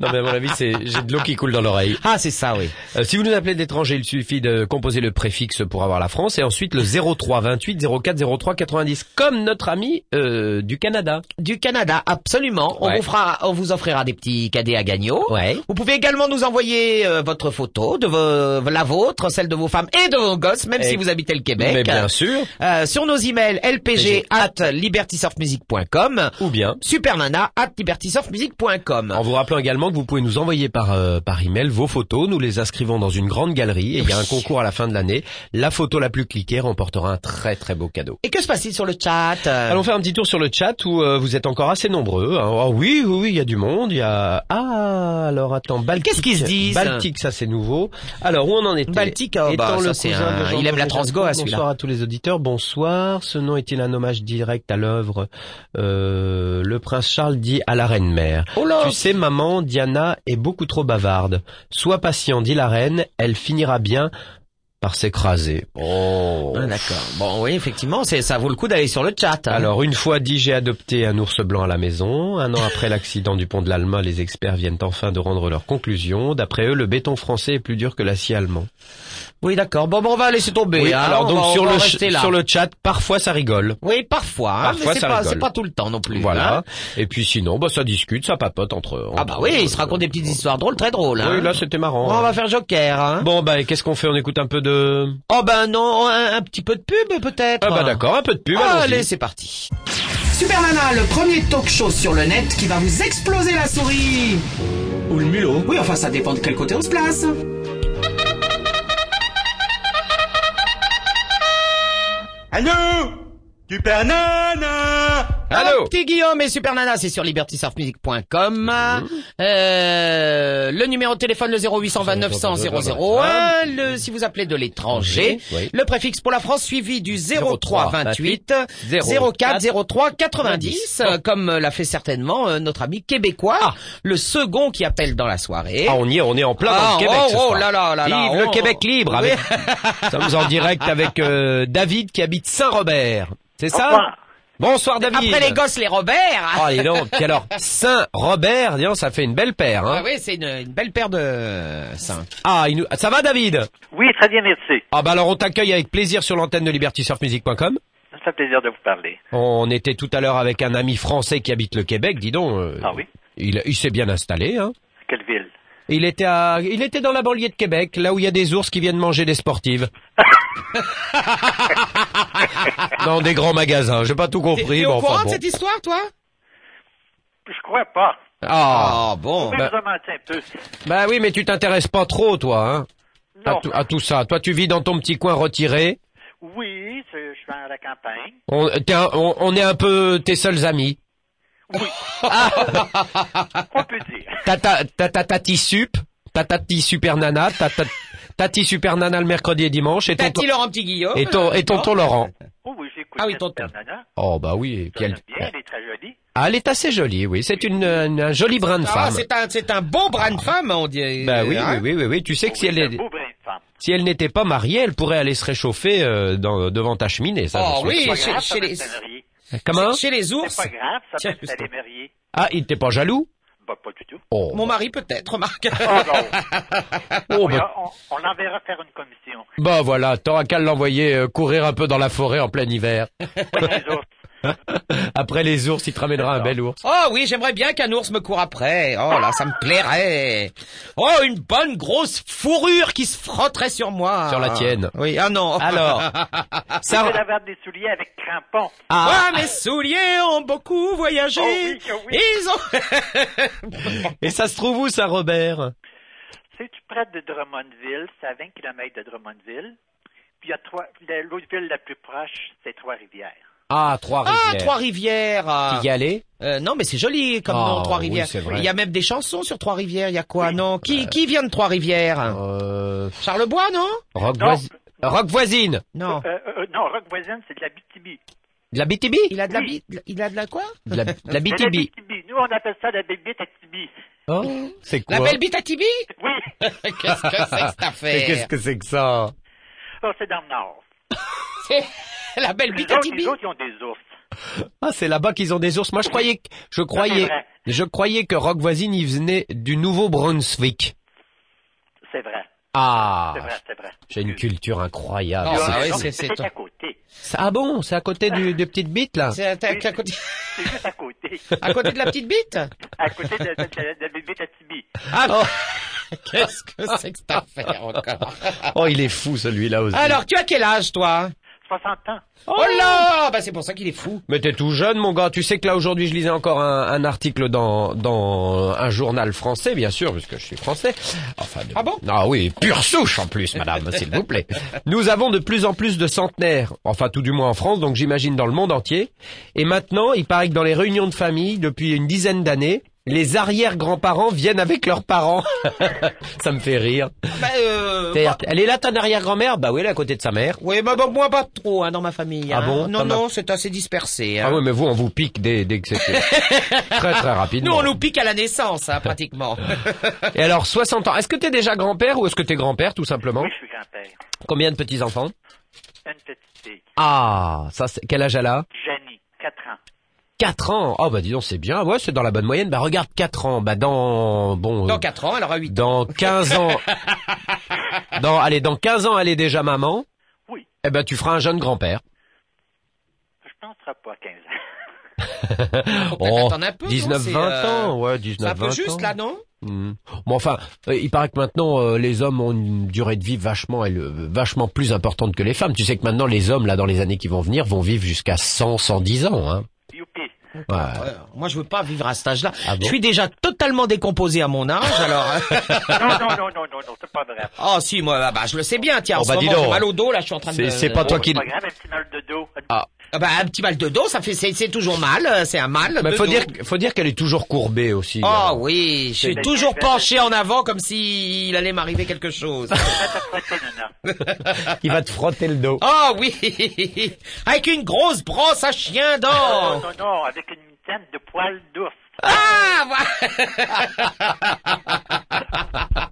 non mais à mon avis c'est j'ai de l'eau qui coule dans l'oreille. Ah, c'est ça, oui. Euh, si vous nous appelez de l'étranger, il suffit de composer le préfixe pour avoir la France et ensuite le 03 28 04 03 90 comme notre ami euh, du Canada. Du Canada, absolument. On, Ouais. vous fera, on vous offrira des petits cadets à gagner. Ouais. Vous pouvez également nous envoyer euh, votre photo, de vos- euh, la vôtre, celle de vos femmes et de vos gosses, même Et- si vous habitez le Québec. Mais bien sûr. Euh, sur nos emails lpg PG. at libertysoftmusic.com, Ou bien. supernana at libertysoftmusic.com. En vous rappelant également que vous pouvez nous envoyer par euh, par email vos photos, nous les inscrivons dans une grande galerie et il y a un concours à la fin de l'année. La photo la plus cliquée remportera un très très beau cadeau. Et que se passe-t-il sur le chat euh, Allons faire un petit tour sur le chat où euh, vous êtes encore assez nombreux. hein. Ah oui, oui, oui, il y a du monde. Il y a ah alors attends, Baltique. Qu'est-ce qu'ils se disent Baltique, ça c'est nouveau. Alors où on en était Baltique, oh, bah, Étant ça, le c'est cousin un- de Jean-Paul il aime la Jacques, transgo, à celui-là. Bonsoir à tous les auditeurs. Bonsoir. Ce nom est-il un hommage direct à l'œuvre euh, Le prince Charles dit à la reine mère. Oh là Tu sais, maman, Diana est beaucoup trop bavarde. Sois patient, dit la reine, elle finira bien par s'écraser. Oh. Ah, D'accord. Bon, oui, effectivement, c'est ça vaut le coup d'aller sur le chat. hein. Alors, une fois dit, j'ai adopté un ours blanc à la maison. Un an après l'accident du pont de l'Alma, les experts viennent enfin de rendre leurs conclusions. D'après eux, le béton français est plus dur que l'acier allemand. Oui, d'accord. Bon, bon, on va laisser tomber. Oui, hein. alors On donc va- on sur, va le ch- rester là. sur le chat, parfois ça rigole. Oui, parfois. hein, Parfois, mais c'est ça pas, rigole. c'est pas tout le temps non plus. Voilà. hein. Et puis sinon, bah, ça discute, ça papote entre... Ah bah oui, il se raconte des petites histoires drôles, très drôles. hein. Oui, là c'était marrant. Bon, on va faire Joker. Hein. Bon, bah et qu'est-ce qu'on fait On écoute un peu de... Oh ben non, un, un petit peu de pub peut-être. Ah bah d'accord, un peu de pub, Ah, allons-y. allez, c'est parti. Super Nana, le premier talk show sur le net qui va vous exploser la souris. Ou le mulot. Oui, enfin, ça dépend de quel côté on se place. Allô Super Nana Oh, Allô petit Guillaume et Super Nana, c'est sur libertysurfmusic.com. Euh, le numéro de téléphone, le 0829 100 001. Le, si vous appelez de l'étranger, Oui. le préfixe pour la France suivi du 03 03 28 04 04 03 90, euh, comme euh, l'a fait certainement euh, notre ami québécois, le second qui appelle dans la soirée. Ah, on y est, on est en plein dans Ah, le Québec oh, ce oh, soir. là là là là, Vive oh, le oh. Québec libre. Oui. Avec... Nous sommes en direct avec euh, David qui habite Saint-Robert. C'est ça revoir. Bonsoir David. Après les gosses, les Robert. Oh, dis donc. Puis alors, Saint-Robert, dis donc, ça fait une belle paire. Ah Hein. oui, c'est une, une belle paire de seins. Ah, il nous- ça va David Oui, très bien, merci. Ah bah alors, on t'accueille avec plaisir sur l'antenne de libertysurfmusic.com. Ça me fait plaisir de vous parler. On était tout à l'heure avec un ami français qui habite le Québec, dis donc. euh, Ah oui Il, il s'est bien installé. Hein. Quelle ville Il était à, il était dans la banlieue de Québec, là où il y a des ours qui viennent manger des sportives. dans des grands magasins, j'ai pas tout T'es compris. t'es mais au enfin courant de bon. cette histoire, toi Je crois pas. Ah, bon. Je Ben- vais vous en mentir un peu. bah oui, mais tu t'intéresses pas trop, toi, hein, à, Non. tout- à tout ça. Toi, tu vis dans ton petit coin retiré. Oui, je je suis à la campagne. On, t'es un- on- on est un peu tes seuls amis. Oui. On peut dire. Tata, tata, tati sup, tata, tati super nana, tata, Tati Super Nana le mercredi et dimanche et tonton, Tati Laurent Petit Guillaume. et ton- et tonton Laurent. Oh oui, j'écoute. Ah oui, la tonton. Super Nana. Oh bah oui. et Je puis elle- l'aime bien, elle est très jolie. Ah, elle est assez jolie, oui. C'est une, une- un joli brin de Ah, femme. Ah. c'est un, c'est un beau brin de femme, on dirait. Bah oui, hein. oui, oui, oui, oui. Tu sais que si Oui, elle, c'est est- un beau brin de femme. si elle n'était pas mariée, elle pourrait aller se réchauffer euh, dans, devant ta cheminée. Ça, Oh je suis oui, Pas chez, grave, chez ça peut les, s'amarier. Comment chez les C'est ours. pas grave, ça Tiens, peut s'aller Christophe. marier. Ah, il t'est pas jaloux Bah, pas du tout. Oh, Mon mari peut-être, Marc. Ah, non. oh, Oui, bah, on, on l'enverra faire une commission. bah voilà, t'auras qu'à l'envoyer euh, courir un peu dans la forêt en plein hiver. Pas les autres. Après les ours, il te ramènera un bel ours. Oh oui, j'aimerais bien qu'un ours me court après. Oh là, ça me plairait. Oh, une bonne grosse fourrure qui se frotterait sur moi. Sur la tienne. Oui, ah non. Alors, Je ça... vais avoir des souliers avec crampons. Ah, mes souliers ont beaucoup voyagé. Oh oui, oh oui. Ils ont... Et ça se trouve où, ça, Robert C'est-tu près de Drummondville? C'est à 20 km de Drummondville. Puis il y a trois, la- l'autre ville la plus proche, c'est Trois-Rivières. Ah, Trois-Rivières. ah, Trois-Rivières. Tu y allais Euh, non, mais c'est joli comme Oh, nom, Trois-Rivières. oui, c'est vrai. Il y a même des chansons sur Trois-Rivières. Il y a quoi, non qui, qui vient de Trois-Rivières euh... Charlebois, Ah. non Rock, Non. voisi- Rock voisine Non. Euh, euh, euh, non, Rock Voisine, c'est de la BTB. De la BTB Il a de la oui. bite- Il a de la quoi De la, de la De la BTB. BTB. Nous, on appelle ça la bébite à Tibi. Oh, c'est quoi La belle bite à Tibi Oui, Qu'est-ce que c'est que cette Mais affaire qu'est-ce que c'est que ça oh, c'est dans le Nord. C'est la belle Les bite à autres, Tibi. les autres, ils ont des ours. Ah, c'est là-bas qu'ils ont des ours. Moi, je croyais, que- je c'est croyais, vrai. je croyais que Rock voisine, il venait du Nouveau-Brunswick. C'est vrai, Ah, c'est vrai, c'est vrai. j'ai une culture incroyable. Ah, Tu as bah oui, raison. c'est- c'est- C'est à côté. Ah bon, c'est à côté du, des petites bites là. C'est à, à côté, C'est juste à côté. à côté de la petite bite À côté de, de- de- de la bébite à Tibi. Ah, Qu'est-ce que c'est que cette affaire encore oh, il est fou celui-là aussi. Alors, tu as quel âge, toi 60 ans. Oh là Bah c'est pour ça qu'il est fou. Mais t'es tout jeune, mon gars. Tu sais que là aujourd'hui, je lisais encore un, un article dans dans un journal français, bien sûr, puisque je suis français. Enfin, de- Ah bon Ah oui, pure souche en plus, madame, s'il vous plaît. Nous avons de plus en plus de centenaires, enfin tout du moins en France, donc j'imagine dans le monde entier. Et maintenant, il paraît que dans les réunions de famille, depuis une dizaine d'années, les arrière-grands-parents viennent avec leurs parents. Ça me fait rire. Bah euh... T'es- Elle est là, ton arrière-grand-mère Bah oui, elle est à côté de sa mère. Oui, bah, bah, moi pas trop hein, dans ma famille. Ah hein. bon Non, T'en as- non, c'est assez dispersé. hein. Ah oui, mais vous, on vous pique dès, dès que c'est très très rapidement. Nous, on nous pique à la naissance, hein, pratiquement. Et alors, 60 ans. Est-ce que t'es déjà grand-père ou est-ce que t'es grand-père, tout simplement Oui, je suis grand-père. Combien de petits-enfants Une petite fille. Ah, ça, c'est... quel âge elle a Janie, 4 ans. 4 ans. Oh, bah dis donc, c'est bien. Ouais, c'est dans la bonne moyenne. Bah regarde, 4 ans. Bah dans... Bon... euh, Dans 4 ans, elle aura 8 ans. dans 15 ans... dans, allez, dans 15 ans, elle est déjà maman. Oui. Eh ben, tu feras un jeune grand-père. Je penserai pas à 15 ans. Faut peut-être Oh, attendre un peu, non 19-20 C'est, euh, ans. Ouais, C'est un 19-20 peu ans. juste, là, non Hmm. Bon, enfin, euh, il paraît que maintenant euh, les hommes ont une durée de vie vachement, éle- vachement plus importante que les femmes. Tu sais que maintenant les hommes là dans les années qui vont venir vont vivre jusqu'à 100, 110 ans. Hein. Youpi. Ouais. Ouais, Euh, Moi, je veux pas vivre à cet âge-là. Ah bon je suis déjà totalement décomposé à mon âge, alors... Non, non, non, non, non, non, c'est pas vrai. Ah si, moi, bah, bah, je le sais bien, tiens, en Oh, ce bah, dis moment, j'ai donc. mal au dos, là, je suis en train de... C'est- c'est pas toi Oh, qui- C'est pas grave, un petit mal de dos. Ah, Bah, un petit mal de dos, ça fait, c'est, c'est toujours mal, euh, c'est un mal. Mais de faut dos. dire, faut dire qu'elle est toujours courbée aussi. euh, Oh là. oui, je suis C'est- toujours penché en avant comme s'il allait m'arriver quelque chose. Interprétez, nana. Il va te frotter le dos. Oh oui, avec une grosse brosse à chien Non, d'or. non, non, avec une mitaine de poils d'ours. Ah, voilà.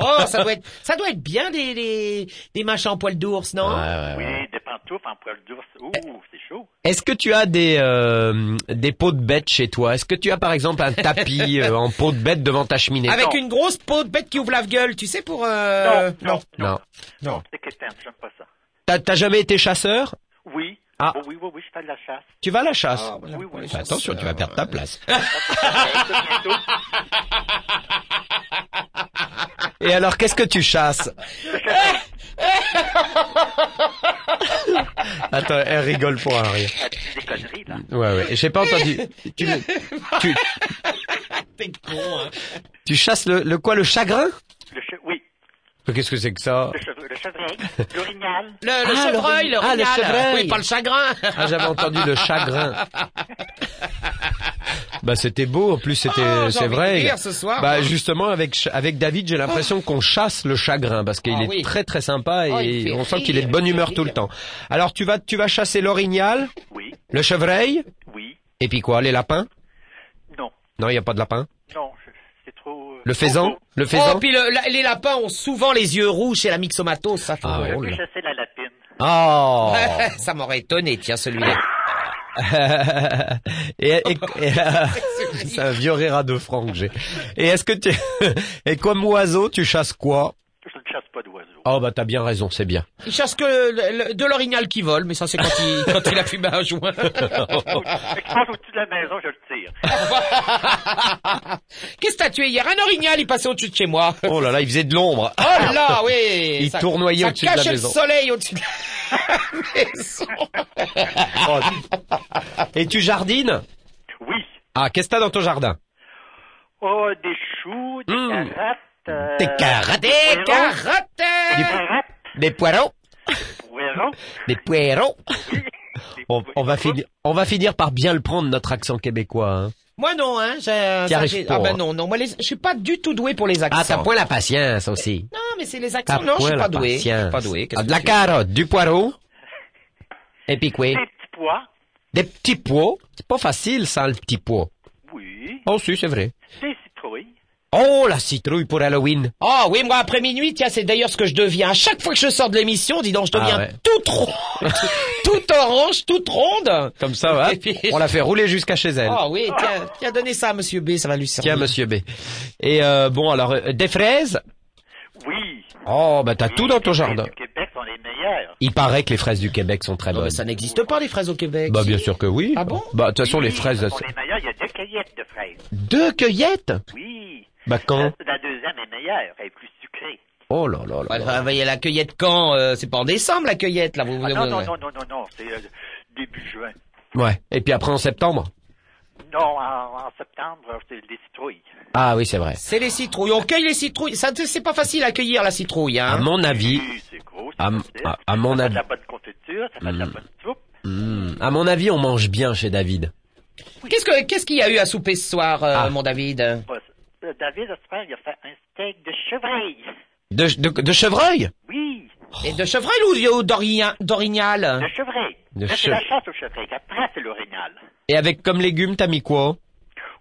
oh, ça doit être, ça doit être bien des, des, des machins en poil d'ours, non Ouais, ouais, ouais. Oui, des pantoufles en poils d'ours. Ouh, c'est chaud. Est-ce que tu as des euh, des peaux de bête chez toi Est-ce que tu as par exemple un tapis euh, en peau de bête devant ta cheminée Avec non. une grosse peau de bête qui ouvre la gueule, tu sais, pour... euh, Non, non, non, Non. non. c'est quétaine, j'aime pas ça. T'as, t'as jamais été chasseur Oui. Ah. Oh, oui, oui, oui, je fais de la chasse. Tu vas à la chasse Oui, oui. Fais Attention, tu vas perdre ta place. À bientôt. Et alors, qu'est-ce que tu chasses Ah, Attends, Euh, elle rigole pour un rire. Ah, tu dis des conneries, là. Ouais, ouais. J'ai pas entendu. Tu, tu, T'es con, hein. tu chasses le, le quoi Le chagrin Le che... Oui, Qu'est-ce que c'est que ça le, chev- le chevreuil, l'orignal. Le, le Ah, chevreuil, l'orignal. le Ah, le Ah, rognal. chevreuil. Oui, pas le chagrin. Ah, j'avais entendu le chagrin. Bah c'était beau. En plus c'était Oh, j'ai c'est envie de vrai. rire ce soir. Bah justement avec ch- avec David j'ai l'impression qu'on chasse le chagrin parce qu'il Ah est oui. très très sympa Oh, et il fait on sent rire, qu'il est de bonne il fait humeur tout le rire. temps. Alors tu vas tu vas chasser l'orignal, Oui, le chevreuil oui, et puis quoi les lapins non, Non il y a pas de lapin. non, je- c'est trop... euh, Le trop faisan beau. le Oh, faisan. puis le- la- les lapins ont souvent les yeux rouges chez la myxomatose, ça. faut- Ah, Je ouais. Oh là vais là. chasser la lapine. Oh. ça m'aurait étonné, tiens, celui-là. et, et- et- c'est un vieux rire à deux francs que j'ai. Et est-ce que tu et comme oiseau tu chasses quoi Je ne chasse pas d'oiseaux. Oh bah t'as bien raison c'est bien. Il chasse que le- le- de l'orignal qui vole, mais ça, c'est quand il, quand il a fumé un joint. Ah. Fait que Je pense au-dessus de la maison, je le tire. Qu'est-ce que t'as tué hier Un orignal, il passait au-dessus de chez moi. Oh là là il faisait de l'ombre. Oh là, oui Il ça- tournoyait ça au-dessus de la cachait maison. le soleil au-dessus de la maison. Oh. Et tu jardines Oui. Ah, qu'est-ce que t'as dans ton jardin Oh, des choux, des Mm. carottes. euh, carottes, Des poirons, Des carottes carottes, Des poirons des poirons. Des poirons Ah, des on, on va poivrons. finir, on va finir par bien le prendre, notre accent québécois. hein. Moi, non, hein. j'ai- T'y ça, arrives j'ai- pas, Ah ben hein. non, non. Moi, les- je suis pas du tout doué pour les accents. Ah, t'as point la patience aussi. Non, mais c'est les T'as accents. Non, je point suis la pas doué. Je suis patience. pas doué. qu'est-ce Ah, de que la tu- carotte, du poireau, et puis quoi Des petits pois. Des petits pois. C'est pas facile, ça, le petit pois. Oui. Oh, si, c'est vrai. Des citrouilles. Oh, la citrouille pour Halloween. Oh oui, moi après minuit, tiens, c'est d'ailleurs ce que je deviens. À chaque fois que je sors de l'émission, dis donc, je Ah, deviens ouais. toute ronde, toute orange, toute ronde. Comme ça, hein, Ah. Et puis- on la fait rouler jusqu'à chez elle. Oh oui, tiens, tiens, donnez ça à Monsieur B, ça va lui servir. Tiens, monsieur B. Et euh, bon, alors, euh, des fraises Oui. Oh, bah t'as Et tout dans les ton fraises jardin. du Québec sont les meilleurs. Il paraît que les fraises du Québec sont très Non, bonnes. mais ça n'existe pas les fraises au Québec. Bah bien sûr que oui. Ah bon Bah de toute façon les fraises Pour les meilleurs, il y a deux cueillettes de fraises. deux cueillettes. Oui. Bah quand La, la deuxième est meilleure. Elle est plus sucrée. Oh là là Ouais, là. enfin, voyez, la cueillette quand euh, C'est pas en décembre la cueillette là. Vous, Ah, vous- non, non, vous- non, non, non, non. C'est euh, début juin. Ouais. Et puis après en septembre. Non, en, en septembre, c'est des citrouilles. Ah oui c'est vrai. C'est les citrouilles. On cueille les citrouilles. Ça, c'est pas facile à cueillir la citrouille. À Hein. mon avis, Oui, c'est gros. c'est à, m- facile. à, à mon Ça fait avis, de Mm. la bonne confiture, ça fait de la bonne soupe. Hmm. à mon avis, on mange bien chez David. Qu'est-ce que qu'est-ce qu'il y a eu à souper ce soir, euh, Ah. mon David Bah, euh, David, j'espère, il a fait un steak de chevreuil. De, de, de chevreuil Oui, Et de chevreuil ou, ou d'origna- d'orignal de chevreuil. Hein? De Là, chev- c'est la chasse au chevreuil. Après, c'est l'orignal. Et avec comme légumes, t'as mis quoi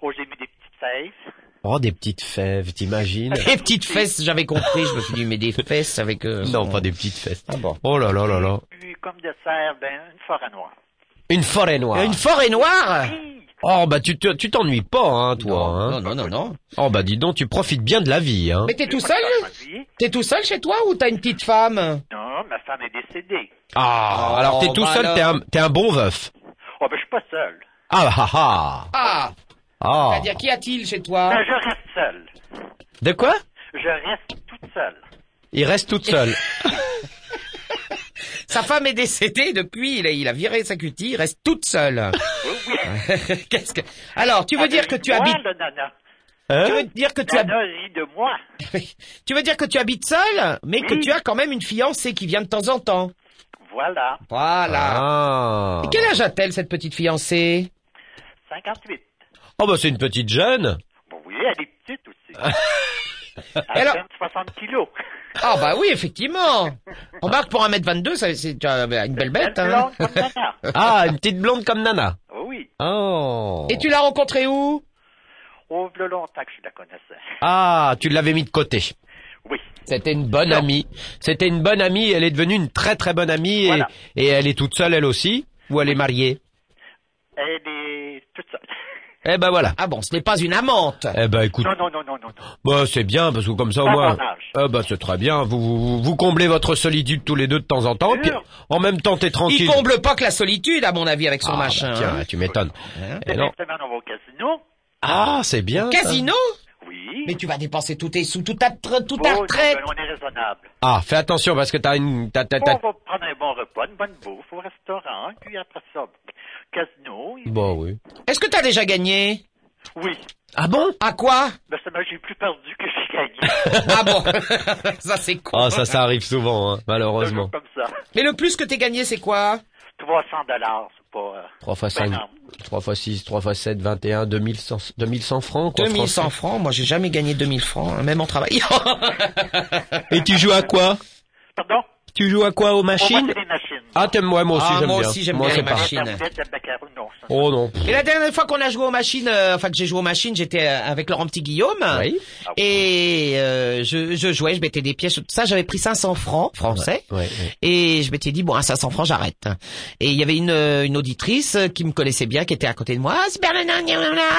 Oh, j'ai mis des petites fèves. Oh des petites fèves, t'imagines Des petites fesses, j'avais compris. Je me suis dit, mais des fesses avec... euh, Non, son- pas des petites fesses. Ah bon. Oh là là là là. Puis, comme dessert, ben, une forêt noire. Une forêt noire. Une forêt noire Oui, Oh bah tu te- tu t'ennuies pas hein toi. hein. Non, non, non, non. Oh bah dis donc, tu profites bien de la vie hein. Mais t'es tout pas seul de janvier. T'es tout seul chez toi ou t'as une petite femme Non, ma femme est décédée. Ah, alors t'es Oh, tout bah seul, alors. t'es un, t'es un bon veuf. Oh, ben, je suis pas seul. Ah ah ah. Ah ah. C'est-à-dire, qu'y a-t-il chez toi Ben, je reste seul. De quoi Je reste toute seule. Il reste toute seule. Sa femme est décédée depuis, il a, il a viré sa cutie, il reste toute seule. Qu'est-ce que... Alors, tu veux dire que tu habites... Moi, le nana. Tu Hein veux dire que tu, habites Nana rit de moi. tu veux dire que tu habites seul, mais que Oui. tu as quand même une fiancée qui vient de temps en temps. Voilà. Voilà. Ah. Et quel âge a-t-elle, cette petite fiancée 58. Oh bah c'est une petite jeune. Bon, oui, elle est petite aussi. Elle Ah. Alors- a 60 kilos. Ah bah oui, effectivement. Remarque, pour 1m22, ça, c'est déjà une belle bête. Elle est Hein. blonde comme nana. Ah, une petite blonde comme Nana. Oh oui. Oh. Et tu l'as rencontrée où Oh, le longtemps que je la connaissais. Ah, tu l'avais mis de côté. Oui. C'était une bonne Non. amie. C'était une bonne amie. Elle est devenue une très très bonne amie et, Voilà. et elle est toute seule elle aussi. Ou elle est mariée. Elle est toute seule. Eh ben voilà. Ah bon, ce n'est pas une amante. Eh ben écoute, Non, non, non, non, non. non. bah c'est bien parce que comme ça au Pas moins. mon âge. Eh ben c'est très bien. Vous, vous vous comblez votre solitude tous les deux de temps en temps. Sûr. Puis, en même temps t'es Il tranquille. comble pas que la solitude, à mon avis, avec son Ah, bah, machin. tiens, hein. tu m'étonnes. Eh non. Cette semaine, on va au casino. Ah, c'est bien. ça. Casino Oui. Mais tu vas dépenser tout tes sous, tout ta, tr- tout ta Bon, retraite. non, On est raisonnable. Ah, fais attention parce que t'as une, t'as, t'as, Bon, t'as... on va prendre un bon repas, une bonne bouffe au restaurant, puis après ça, casino. et- Bon, Bah, oui. Est-ce que t'as déjà gagné Oui. Ah bon À quoi Ben, ça m'a, j'ai plus perdu que j'ai gagné. Ah bon, ça c'est con. Ah, ça, ça arrive souvent, hein, Toujours malheureusement. comme ça. Mais le plus que t'es gagné, c'est quoi 300 dollars, c'est pas... euh, 3 fois ben 5, non. 3 fois 6, 3 fois 7, 21, 2100, 2100 francs, quoi. 2100 francs, moi j'ai jamais gagné 2000 francs, hein, même en travaillant. français. Et tu joues à quoi? Pardon? Tu joues à quoi aux Pour moi, machines? c'est des machines. Ah, t'aimes, moi, moi aussi, Ah, j'aime bien. moi aussi, j'aime bien c'est les pas- machines. machine. Tartelettes de macarons, non, ça. Oh non. Et la dernière fois qu'on a joué aux machines, euh, enfin que j'ai joué aux machines, j'étais euh, avec Laurent Petit Guillaume. Oui. ah Et euh, je, je jouais, je mettais des pièces, tout ça. J'avais pris 500 francs français. Ouais, Et je m'étais dit, bon, à 500 francs, j'arrête. Et il y avait une, euh, une auditrice euh, qui me connaissait bien, qui était à côté de moi. Ah, c'est Bernard, nanana,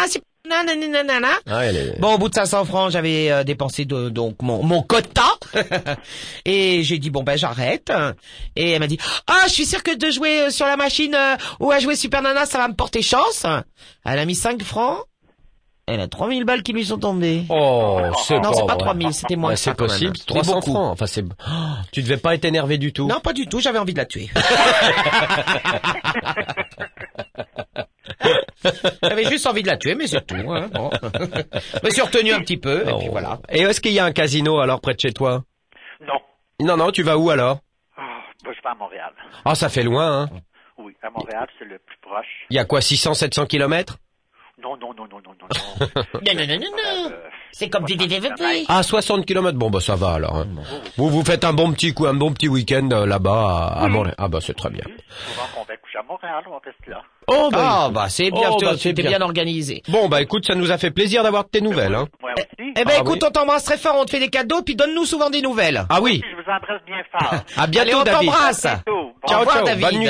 c'est Bernard, nanana. Ah, elle est... Bon, au bout de 500 francs, j'avais euh, dépensé de- donc mon, mon quota. et j'ai dit, bon, ben j'arrête. Et elle m'a dit, ah, je suis sûre que de jouer euh, sur la machine euh, ou à jouer Super Nana, ça va me porter chance. Elle a mis 5 francs. Elle a 3000 balles qui lui sont tombées. Oh, c'est non, c'est pas vrai. 3000, c'était moins Ouais, que ça. c'est quand même. possible. Mais 300 beaucoup. francs. Enfin, c'est... Oh, tu devais pas être énervé du tout. Non, pas du tout, j'avais envie de la tuer. j'avais juste envie de la tuer, mais c'est tout. Hein, bon. Je me suis retenu un petit peu, et puis Oh. voilà. Et est-ce qu'il y a un casino, alors, près de chez toi? Non. Non, non, tu vas où, alors? Ah, moi, je vais à Montréal. Ah, ça fait loin, hein. Oui, à Montréal, c'est le plus proche. Il y a quoi, 600, 700 kilomètres? Non, non, non, non, non, non, non. Non, non, non, non, non. Euh, C'est comme des développés. Ah, 60 kilomètres. Bon, bah, ça va, alors, hein. Vous, vous faites un bon petit coup, un bon petit week-end, euh, là-bas, Mm-hmm. à, à Montréal. Ah, bah, c'est très bien. euh, souvent qu'on va coucher à Montréal, on reste là. Oh, Ah bah c'est bien, Oh, tu bah, tu c'est t'es bien. bien. organisé. Bon, bah, écoute, ça nous a fait plaisir d'avoir de tes nouvelles, hein. Moi aussi. Eh ben Ah, écoute, oui. on t'embrasse très fort, on te fait des cadeaux, puis donne-nous souvent des nouvelles. Ah oui. Je vous embrasse bien fort. À bientôt, Allez, on David. t'embrasse. À bientôt. Bon, Au Ciao, revoir, ciao, David. bonne nuit.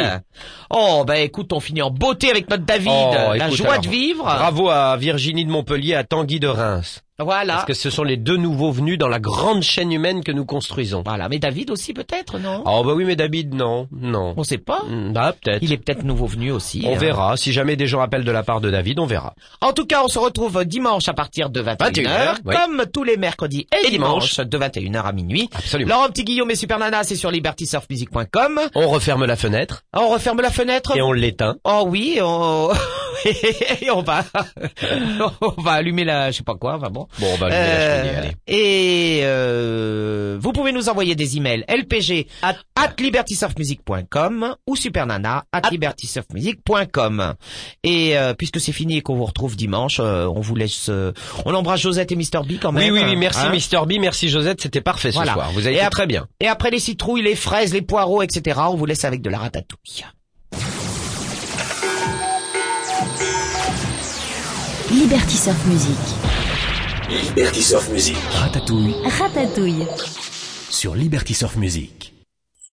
Oh bah écoute, on finit en beauté avec notre David, Oh, la écoute, joie alors, de vivre. Bravo à Virginie de Montpellier, à Tanguy de Reims. Voilà. Parce que ce sont les deux nouveaux venus dans la grande chaîne humaine que nous construisons. Voilà, mais David aussi peut-être, non Oh bah oui, mais David, non, non. On sait pas. Hmm, Bah peut-être. Il est peut-être nouveau venu aussi. On hein. verra. Si jamais des gens appellent de la part de David, on verra. En tout cas, on se retrouve dimanche à partir de 21h, 21h, oui. comme tous les mercredis et, Et dimanche. dimanches, de 21h à minuit. Absolument. Laurent Petit Guillaume et Super Nana, c'est sur libertysurfmusic.com. On referme la fenêtre On referme la fenêtre. et on l'éteint. Oh oui, on, et on va, on va allumer la, je sais pas quoi, enfin bon. Bon, bah Euh, je allez. et euh, vous pouvez nous envoyer des emails lpg at, libertysurfmusic.com ou supernana at, libertysurfmusic.com. Et euh, puisque c'est fini et qu'on vous retrouve dimanche, euh, on vous laisse, euh, on embrasse Josette et Mr B quand même. Oui, oui, oui, merci hein. Mister B, merci Josette, c'était parfait Voilà. ce soir. Vous avez Et été ap- très bien. Et après les citrouilles, les fraises, les poireaux, etc. On vous laisse avec de la ratatouille. Liberty Surf Music. Liberty Surf Music. Ratatouille Ratatouille. sur Liberty Surf Music.